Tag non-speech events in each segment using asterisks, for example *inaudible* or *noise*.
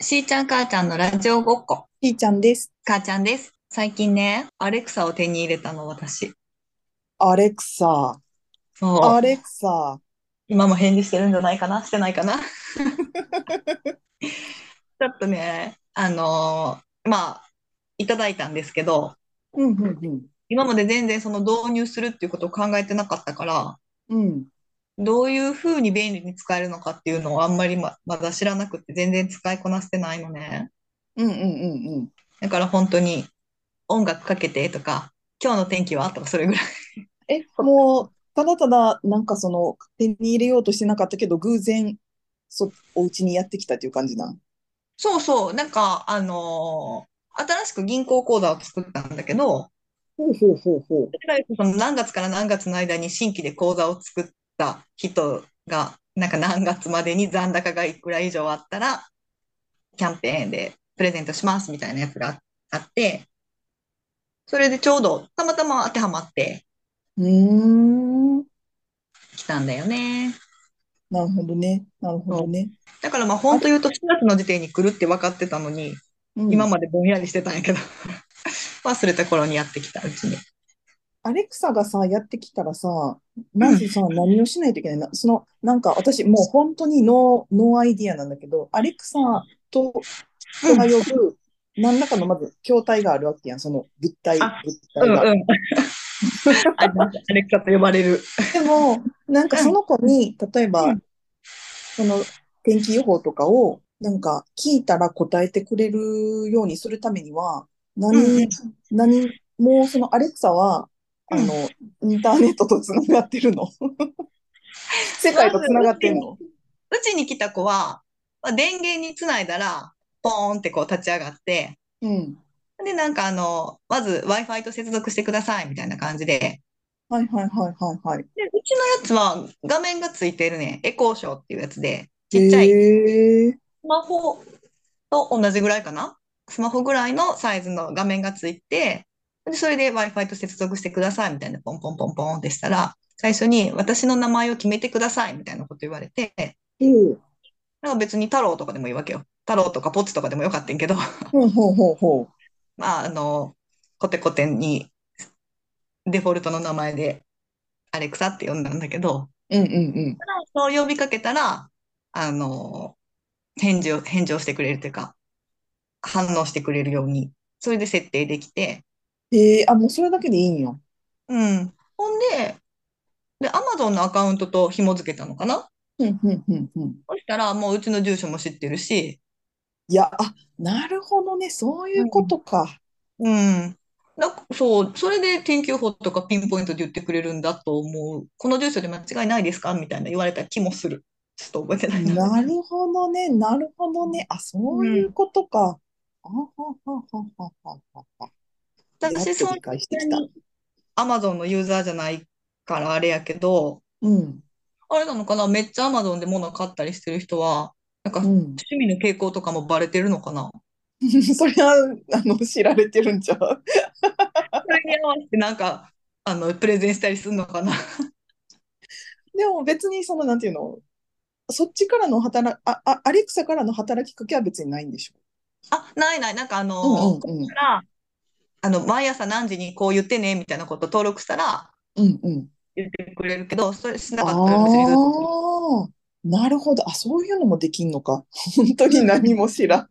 しーちゃん母ちゃんのラジオごっこ、ひーちゃんです。母ちゃんです。最近ね、アレクサを手に入れたの、私。アレクサ。そアう。レクサ。今も返事してるんじゃないかなしてないかなちょっとね、あのーまあ、いただいたんですけど、うんうん今まで全然その導入するっていうことを考えてなかったから、うん。うん。どういうふうに便利に使えるのかっていうのをあんまりま、まだ知らなくて全然使いこなせてないのね。うんうんうんうん。だから本当に音楽かけてとか、今日の天気はとかそれぐらい。え、もう、ただただ、なんかその、手に入れようとしてなかったけど、偶然、そ、お家にやってきたっていう感じなん。そうそう、なんか、あのー新しく銀行口座を作ったんだけど、ほうほうほうほう。その何月から何月の間に新規で口座を作った人が、なんか何月までに残高がいくら以上あったら、キャンペーンでプレゼントしますみたいなやつがあって、それでちょうどたまたま当てはまってうーん。きたんだよね。なるほどね。なるほどね。だからまあ本当言うと4月の時点に来るって分かってたのに、うん今までぼんやりしてたんやけど、 *laughs* 忘れた頃にやってきたうちに。アレクサがさ、やってきたらさ、まずさ、何をしないといけないな。その、なんか私、もう本当にノー、ノーアイディアなんだけど、アレクサと人が呼ぶ、何らかのまず、筐体があるわけやん。その物体、物あ体が。 *laughs* ん。アレクサと呼ばれる。でも、なんかその子に、例えうばん、その天気予報とかを、なんか聞いたら答えてくれるようにするためには、うんう何ん、何、もうそのアレクサは、あの、インターネットとつながってる *laughs* の世界とつながってんのうちに来た子は、まあ、電源につないだら、ポーンってこう立ち上がって、うん。で、なんかあの、まず Wi-Fi と接続してくださいみたいな感じで。はいはいはいはいはい。で、うちのやつは画面がついてるね、エコーショーっていうやつで、ちっちゃいへえ。スマホと同じぐらいかなスマホぐらいのサイズの画面がついて、で、それで Wi-Fi と接続してくださいみたいなポンポンポンポンってしたら、最初に私の名前を決めてくださいみたいなこと言われて、ほうなんか別に太郎とかでもいいわけよ。太郎とかポチとかでもよかったんやけど、 *laughs* ほうほうほうほまあ、あの、コテコテにデフォルトの名前でアレクサって呼んだんだけど、う。うんうんそう呼びかけたら、あの、返事を、返事をしてくれるというか、反応してくれるように、それで設定できて、うん。へえ、あ、もうそれだけでいいんよ。うん。ほんで、で、Amazon のアカウントと紐付けたのかなうんうんうんうん。そしたら、もううちの住所も知ってるし、いや、あ、なるほどね。そういうことか。うん。なんかそう、それで天気予報とかピンポイントで言ってくれるんだと思う。この住所で間違いないですかみたいな言われた気もする。ちょっと覚えてないな。なるほどね。なるほどね。あ、そういうことか。あははははははは。やっ私、とそん理解してきた。 Amazon のユーザーじゃないからあれやけど、うん。あれなのかなめっちゃ Amazon で物買ったりしてる人は、なんかうん。 *laughs* 趣味の傾向とかもバレてるのかなそれは、あの、知られてるんちゃう *laughs* それに合わせてなんか、あの、プレゼンしたりするのかな *laughs* でも別にその、なんていうの、そっちからの働あ、あ、アレクサからの働きかけは別にないんでしょあ、ないない。なんかあの、うんうんから、あの、毎朝何時にこう言ってね、みたいなこと登録したら、うん。うんうん。言ってくれるけど、それしなかったら別にずっとああ、なるほど。あ、そういうのもできんのか。本当に何も知らん。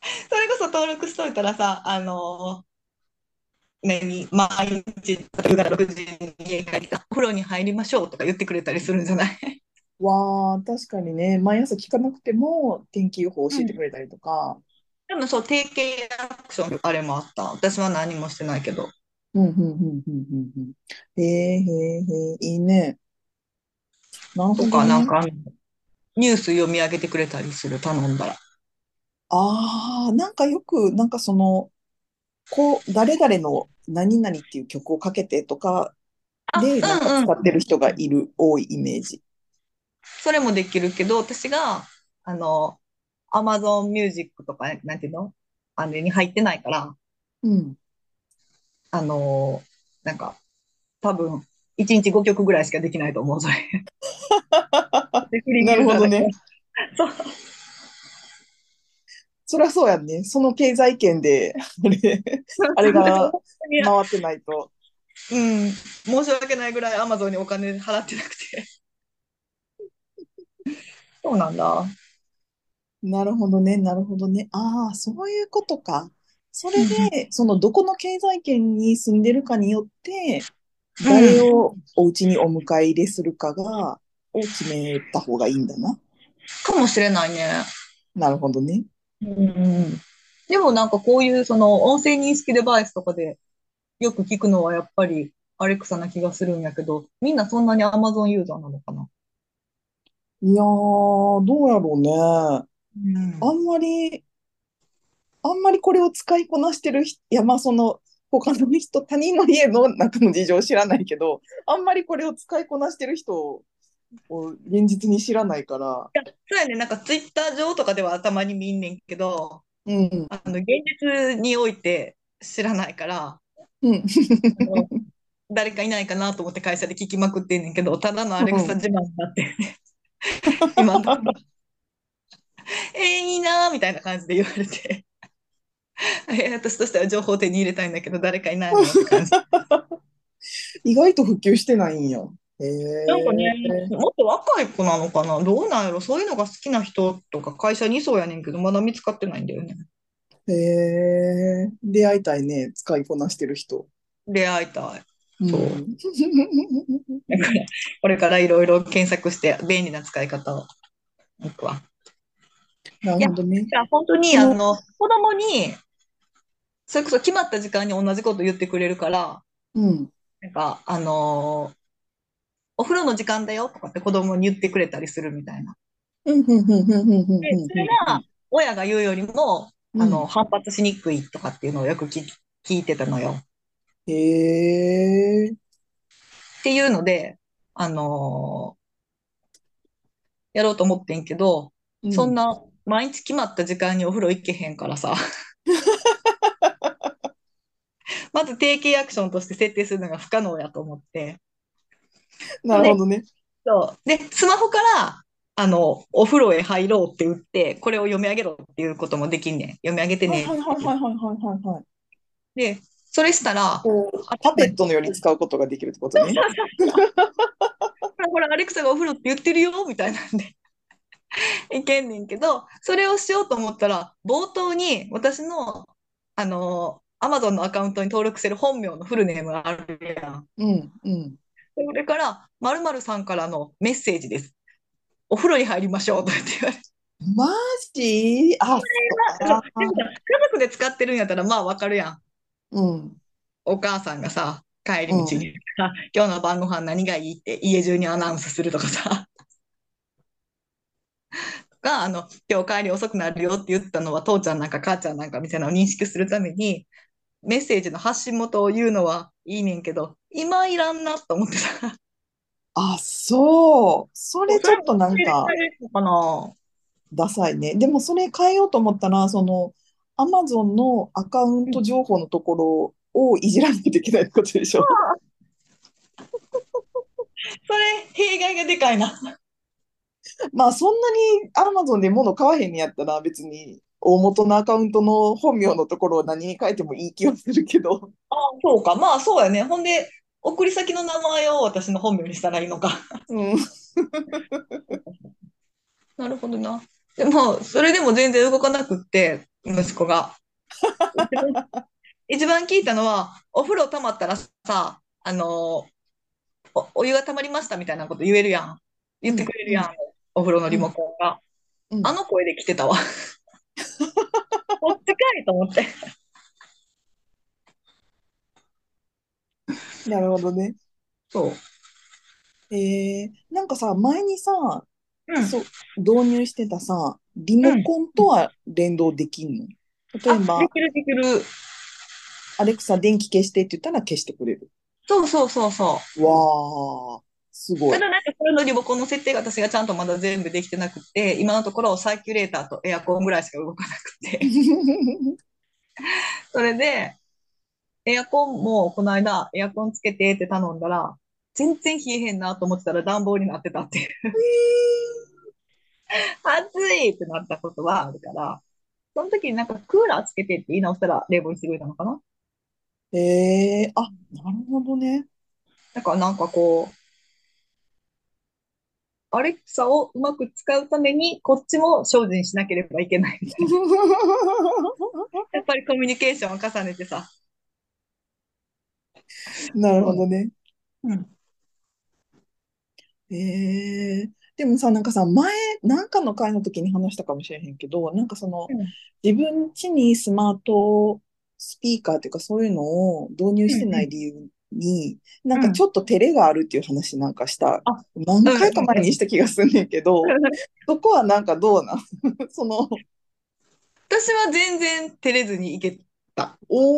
それこそ登録しといたらさ、あのー、何、毎日、例えば6時に家帰りた、お風呂に入りましょうとか言ってくれたりするんじゃないわあ、確かにね、毎朝聞かなくても天気予報を教えてくれたりとか。でもそう、定型アクション、あれもあった。私は何もしてないけど。うん、うん、うん、うん、うんうん。へえ、へえ、へえ、いいね。なるほとどか、なんね。か、ニュース読み上げてくれたりする、頼んだら。ああ、なんかよく、なんかその、こう、誰々の何々っていう曲をかけてとかあ、で、なんうんかうん使。ってる人がいる、多いイメージ。それもできるけど、私が、あの、Amazon Music とか、なんていうのあれに入ってないから、 *laughs* うん。あのーなんか、多分、1日5曲ぐらいしかできないと思う、それ。でフリーなるほどね。ユーザーだからそう。そりゃそうやんね。その経済圏で、あれ、 *laughs* あれがいや回ってないと。 *laughs* うん、申し訳ないぐらいアマゾンにお金払ってなくて。そうなんだ。なるほどね、なるほどね。ああ、そういうことか。それで、そのどこの経済圏に住んでるかによって、誰をお家にお迎え入れするかが、を決めた方がいいんだな。かもしれないね。なるほどね。うん、でもなんかこういうその音声認識デバイスとかでよく聞くのはやっぱりアレクサな気がするんやけど、みんなそんなに Amazon ユーザーなのかな。いやー、どうやろうね。うんあんまり、あんまりこれを使いこなしてる人、いや、まあその、他の人、他人の家の中の事情を知らないけど、あんまりこれを使いこなしてる人を現実に知らないから、そうやね、なんかツイッター上とかではたまに見んねんけど、うん、あの現実において知らないから、うん、あの誰かいないかなと思って会社で聞きまくってんねんけど、ただのアレクサ自慢になって *laughs* るね今のところ。えー、いいなーみたいな感じで言われて。えー私としては情報を手に入れたいんだけど、誰かいないのって感じ。意外と普及してないんや。へ *laughs* なんかね、え。もっと若い子なのかなどうなんやろそういうのが好きな人とか会社にいそうやねんけど、まだ見つかってないんだよね。へえ。出会いたいね、使いこなしてる人。出会いたい。うんそうだからこれからいろいろ検索して便利な使い方を行くわ。 *laughs* なるほどね。じゃあ本当にうあんの子供にそれこそ決まった時間に同じこと言ってくれるからうん。なんかあのーお風呂の時間だよとかって子供に言ってくれたりするみたいな。うん、うん、うん、うん、うん、うん、でそれが親が言うよりもうん。あの反発しにくいとかっていうのをよく聞聞いてたのよ。へえ。っていうのであのーやろうと思ってんけど、うんそんな毎日決まった時間にお風呂行けへんから *laughs* さ。まず定型アクションとして設定するのが不可能やと思って。なるほどね。そう。で、スマホから、あの、お風呂へ入ろうって打って、これを読み上げろっていうこともできんねん。読み上げてはいねはいはいはいはいはいはい。で、それしたら、こう、パペットのより使うことができるってことね。ほら、ほら、アレクサがお風呂って言ってるよ、みたいなんで。 *laughs* いけんねんけど、それをしようと思ったら、冒頭に私の、あの、アマゾンのアカウントに登録してる本名のフルネームがあるやん。 *laughs* うん、うん。それから、まるさんからのメッセージです。お風呂に入りましょうとかって言われて。マジあ、でもあさ家族で使ってるんやったら、まあわかるやん。うん。お母さんがさ、帰り道に、あ *laughs* 今日の晩ご飯何がいいって家中にアナウンスするとかさ。 *laughs* が、あの、今日帰り遅くなるよって言ったのは、父ちゃんなんか母ちゃんなんかみたいなのを認識するために、メッセージの発信元を言うのはいいねんけど、今いらんなと思ってさ。あ、そう。それちょっとなんか、かな。ダサいね。でもそれ変えようと思ったら、その、アマゾンのアカウント情報のところをいじらないといけないってことでしょ。それ、弊害がでかいな。 *laughs* まあ、そんなにアマゾンで物買わへんのやったら、別に大元のアカウントの本名のところを何に変えてもいい気はするけど。あ、そうか。まあ、そうやね。ほんで、送り先の名前を私の本名にしたらいいのか。うん。なるほどな。でも、それでも全然動かなくって、息子 *laughs* が。一番聞いたのは、お風呂溜まったらさ、あのお、お湯が溜まりましたみたいなこと言えるやん。言ってくれるやん。お風呂のリモコンが。うんあの声で来てた *laughs* わ。こっちかいと思って。なるほどね。そう。えー、なんかさ、前にさ、うん。そう、導入してたさ、リモコンとは連動できんの例えあ、ばで、きるできる。アレクサ電気消してって言ったら消してくれる。そうそうそうそう。わー、すごいた。だなんかそれのリモコンの設定が私がちゃんとまだ全部できてなくて、今のところサーキュレーターとエアコンぐらいしか動かなくて、それでエアコンもこの間エアコンつけてって頼んだら、全然冷えへんなと思ってたら暖房になってたって *laughs* いう。暑いってなったことはあるから、その時になんかクーラーつけてって言い直したら冷房にしてくれたのかな *laughs* ええあ、なるほ *laughs* どね。だからなんかこう、アレクサをうまく使うために、こっちも精進しなければいけない *laughs* みたいな。やっぱりコミュニケーションを重ねてさ。 *laughs* なるほどね。うん。ええでもさ、なんかさ、前、なんかの回の時に話したかもしれへんけど、なんかその、うん自分家にスマートスピーカーっていうか、そういうのを導入してない理由に、なんかちょっと照れがあるっていう話なんかした、あ何回か前にした気がすんねんけど、そこはなんかどうなん *laughs* その、私は全然照れずに行けた。お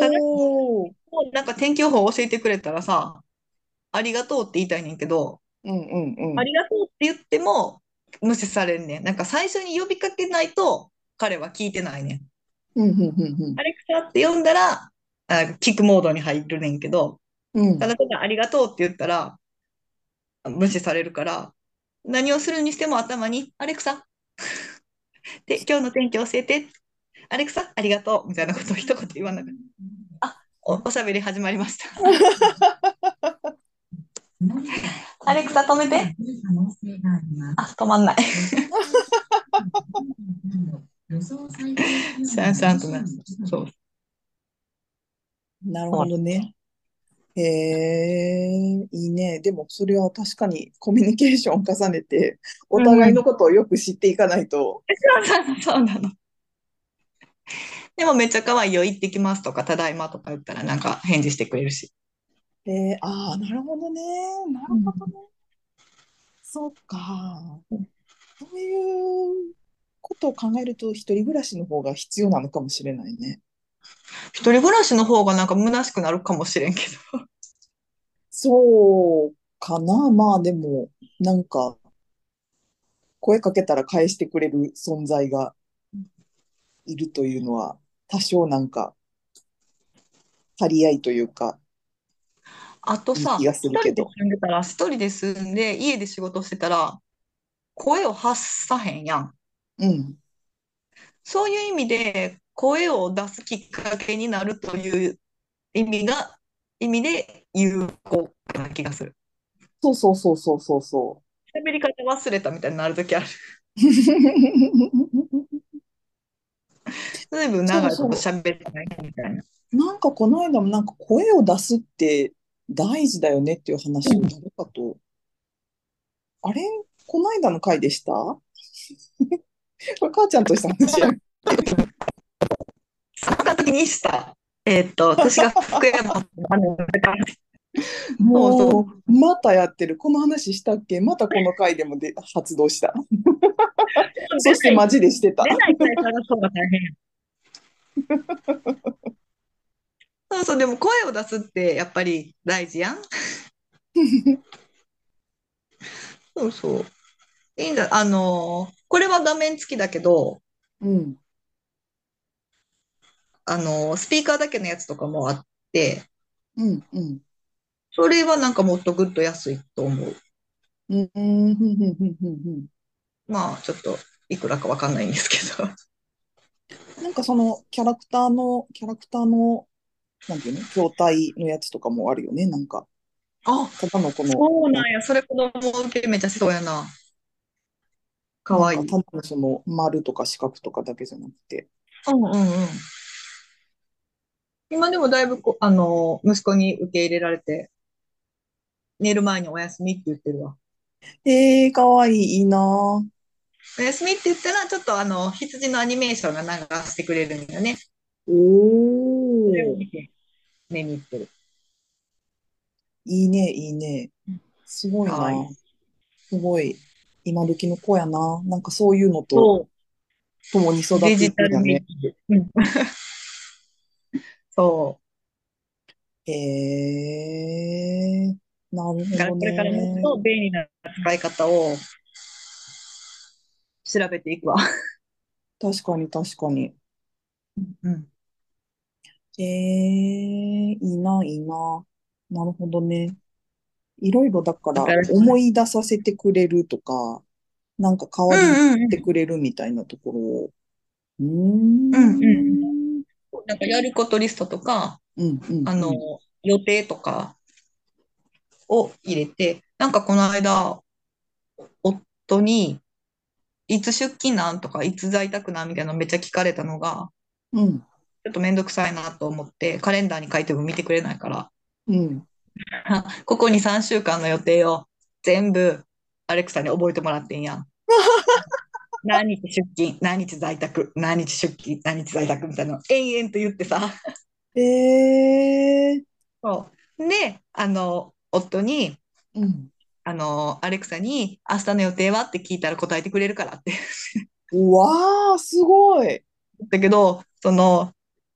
ー、もうなんか天気予報教えてくれたらさ、ありがとうって言いたいねんけど、うんうんうんあ。りがとうって言っても無視されんねん。なんか最初に呼びかけないと彼は聞いてないねん。うんうんアレクサって呼んだら、あ聞くモードに入るねんけど、うんうん。ただただありがとうって言ったら、無視されるから、何をするにしても頭に、アレクサ、で、今日の天気教えて、アレクサ、ありがとう、みたいなことを一言言わなくて、おおしゃべり始まりました。アレクサ止めて。可能性があります。あ、止まんない。シャンシャンとな。そう。なるほどね。へえ、いいね。でも、それは確かにコミュニケーションを重ねて、お互いのことをよく知っていかないと。 *laughs* そうなの。でもめっちゃ可愛いよ、行ってきますとか、ただいまとか言ったらなんか返事してくれるし。えー、ああ、なるほどね。なるほどね。そうか。そういうことを考えると、一人暮らしの方が必要なのかもしれないね。一人暮らしの方がなんか虚しくなるかもしれんけど。そうかな。まあ、でも、なんか、声かけたら返してくれる存在がいるというのは、多少なんか、張り合いというか、あといいさ、気がするけど一人で住んでたら、一人で住んで、家で仕事してたら、声を発さへんやん。うん、そういう意味で、声を出すきっかけになるという意味が、意味で有効な気がする。そうそうそうそうそうそ喋り方忘れたみたいになるときある。う。ずいぶん長いこそうとそ喋ってないみたいな。 *laughs* なんかこの間もなんか声を出すって大事だよねっていう話を誰かと、あれこの間の回でした *laughs* これ母ちゃんとした話や。その時にした、えーっと、私が福山の話をしてたもそううまたやってる。この話したっけまたこの回でもで発動した。そしてマジでしてた。出ない会社がそうが大変やん。そうそう、でも声を出すってやっぱり大事やん。そうそう。いいんだ、あのーこれは画面付きだけど、うん。あのースピーカーだけのやつとかもあって、うん。うん。それはなんかもっとぐっと安いと思う。うん。うん。ふんふんふんふんふんまあ、ちょっといくらかわかんないんですけど。なんかそのキャラクターの、キャラクターの、なんていうの筐体のやつとかもあるよね。なんか、あ、ただのこの、そうなんや。それ子供受けめっちゃしそうやな。かわいい。なんかただのその丸とか四角とかだけじゃなくて。うんうんうん。今でもだいぶこ、あの、息子に受け入れられて、寝る前におやすみって言ってるわ。えー、かわいい、いいなぁ。おやすみって言ったら、ちょっとあの、羊のアニメーションが流してくれるんだよね。おそれをー。見て寝に行ってる。いいね、いいね。すごいかわい。ないすごい。今時の子やな。なんかそういうのと共に育ってデいジタくんだルネイね。ティブ。うん *laughs* そへえー、なるう。だからほどこれからもっね。と便利な使い方を調べていくわ。確かに、確かに。 *laughs* うん。ええいいな、いいな。なるほどね。いろいろだからだから思い出させてくれるとか、なんか代わりにうんうんうん言ってくれるみたいなところをうーん。うんうんなんかやることリストとか、うんうんあの、予定とかを入れて、なんかこの間、夫に、いつ出勤なんとか、いつ在宅なんみたいなのめっちゃ聞かれたのが、うんちょっとめんどくさいなと思って、カレンダーに書いても見てくれないから、うん。 *laughs* ここに3週間の予定を全部アレクサに覚えてもらってんや *laughs* ん。何日出勤、何日在宅、何日出勤、何日在宅みたいなの延々と言ってさ。えー。そうで、あの、夫に、うん。あの、アレクサに、明日の予定はって聞いたら答えてくれるからってうわー、すごい。言ったけど、その、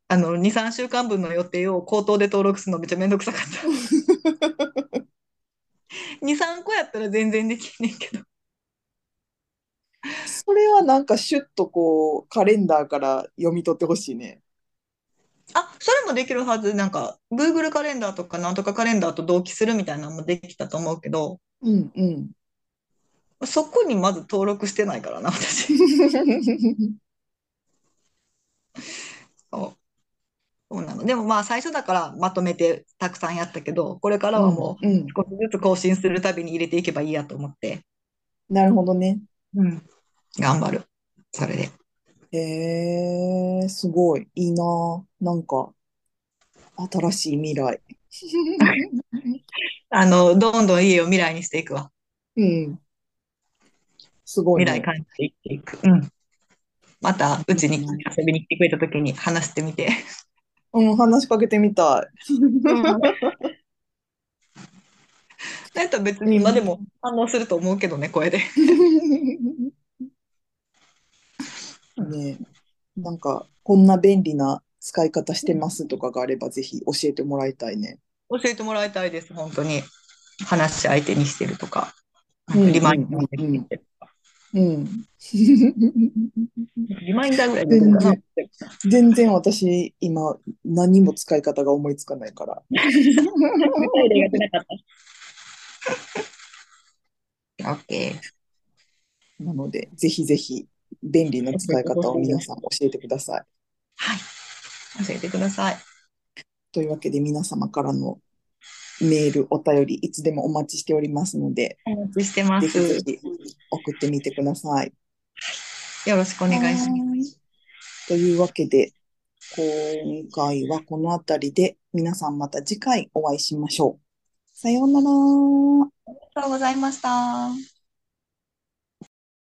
あの、2、3週間分の予定を口頭で登録するのめっちゃめんどくさかった。2、3個やったら全然できんねんけど。それはなんかシュッとこう、カレンダーから読み取ってほしいね。あ、それもできるはず、なんか、Google カレンダーとか、なんとかカレンダーと同期するみたいなのもできたと思うけど、うん *laughs* うん。そこにまず登録してないからな、私。そうそうなの。でもまあ、最初だからまとめてたくさんやったけど、これからはもうんうう、ん少しずつ更新するたびに入れていけばいいやと思って、なるほどね。うん頑張る。それで。へえ、すごい。いいな。なんか、新しい未来。あの、どんどん家を未来にしていくわ。 *laughs* うん。すごい未来ね。感じていっていく。うん。また、うちに遊びに来てくれた時に話してみて。 *laughs* うん、話しかけてみたい。 *laughs* だったら別に今でも反応すると思うけどね、声で。 *laughs* ねえなんか、こんな便利な使い方してますとかがあれば、ぜひ教えてもらいたいね。教えてもらいたいです、本当に。話し相手にしてるとか、うんリマインダーで聞いてるとかうん。 *laughs* リマインダーぐらいでどうかな。全然私、今、何も使い方が思いつかないから。具体例が出なかった。OK。なので、ぜひぜひ、便利な使い方を皆さん教えてください。はい。教えてください。というわけで、皆様からのメール、お便り、いつでもお待ちしておりますので、お待ちしてまぜひぜす。ひ送ってみてください。よろしくお願いします。す。というわけで、今回はこのあたりで、皆さんまた次回お会いしましょう。さようなら。ありがとうございました。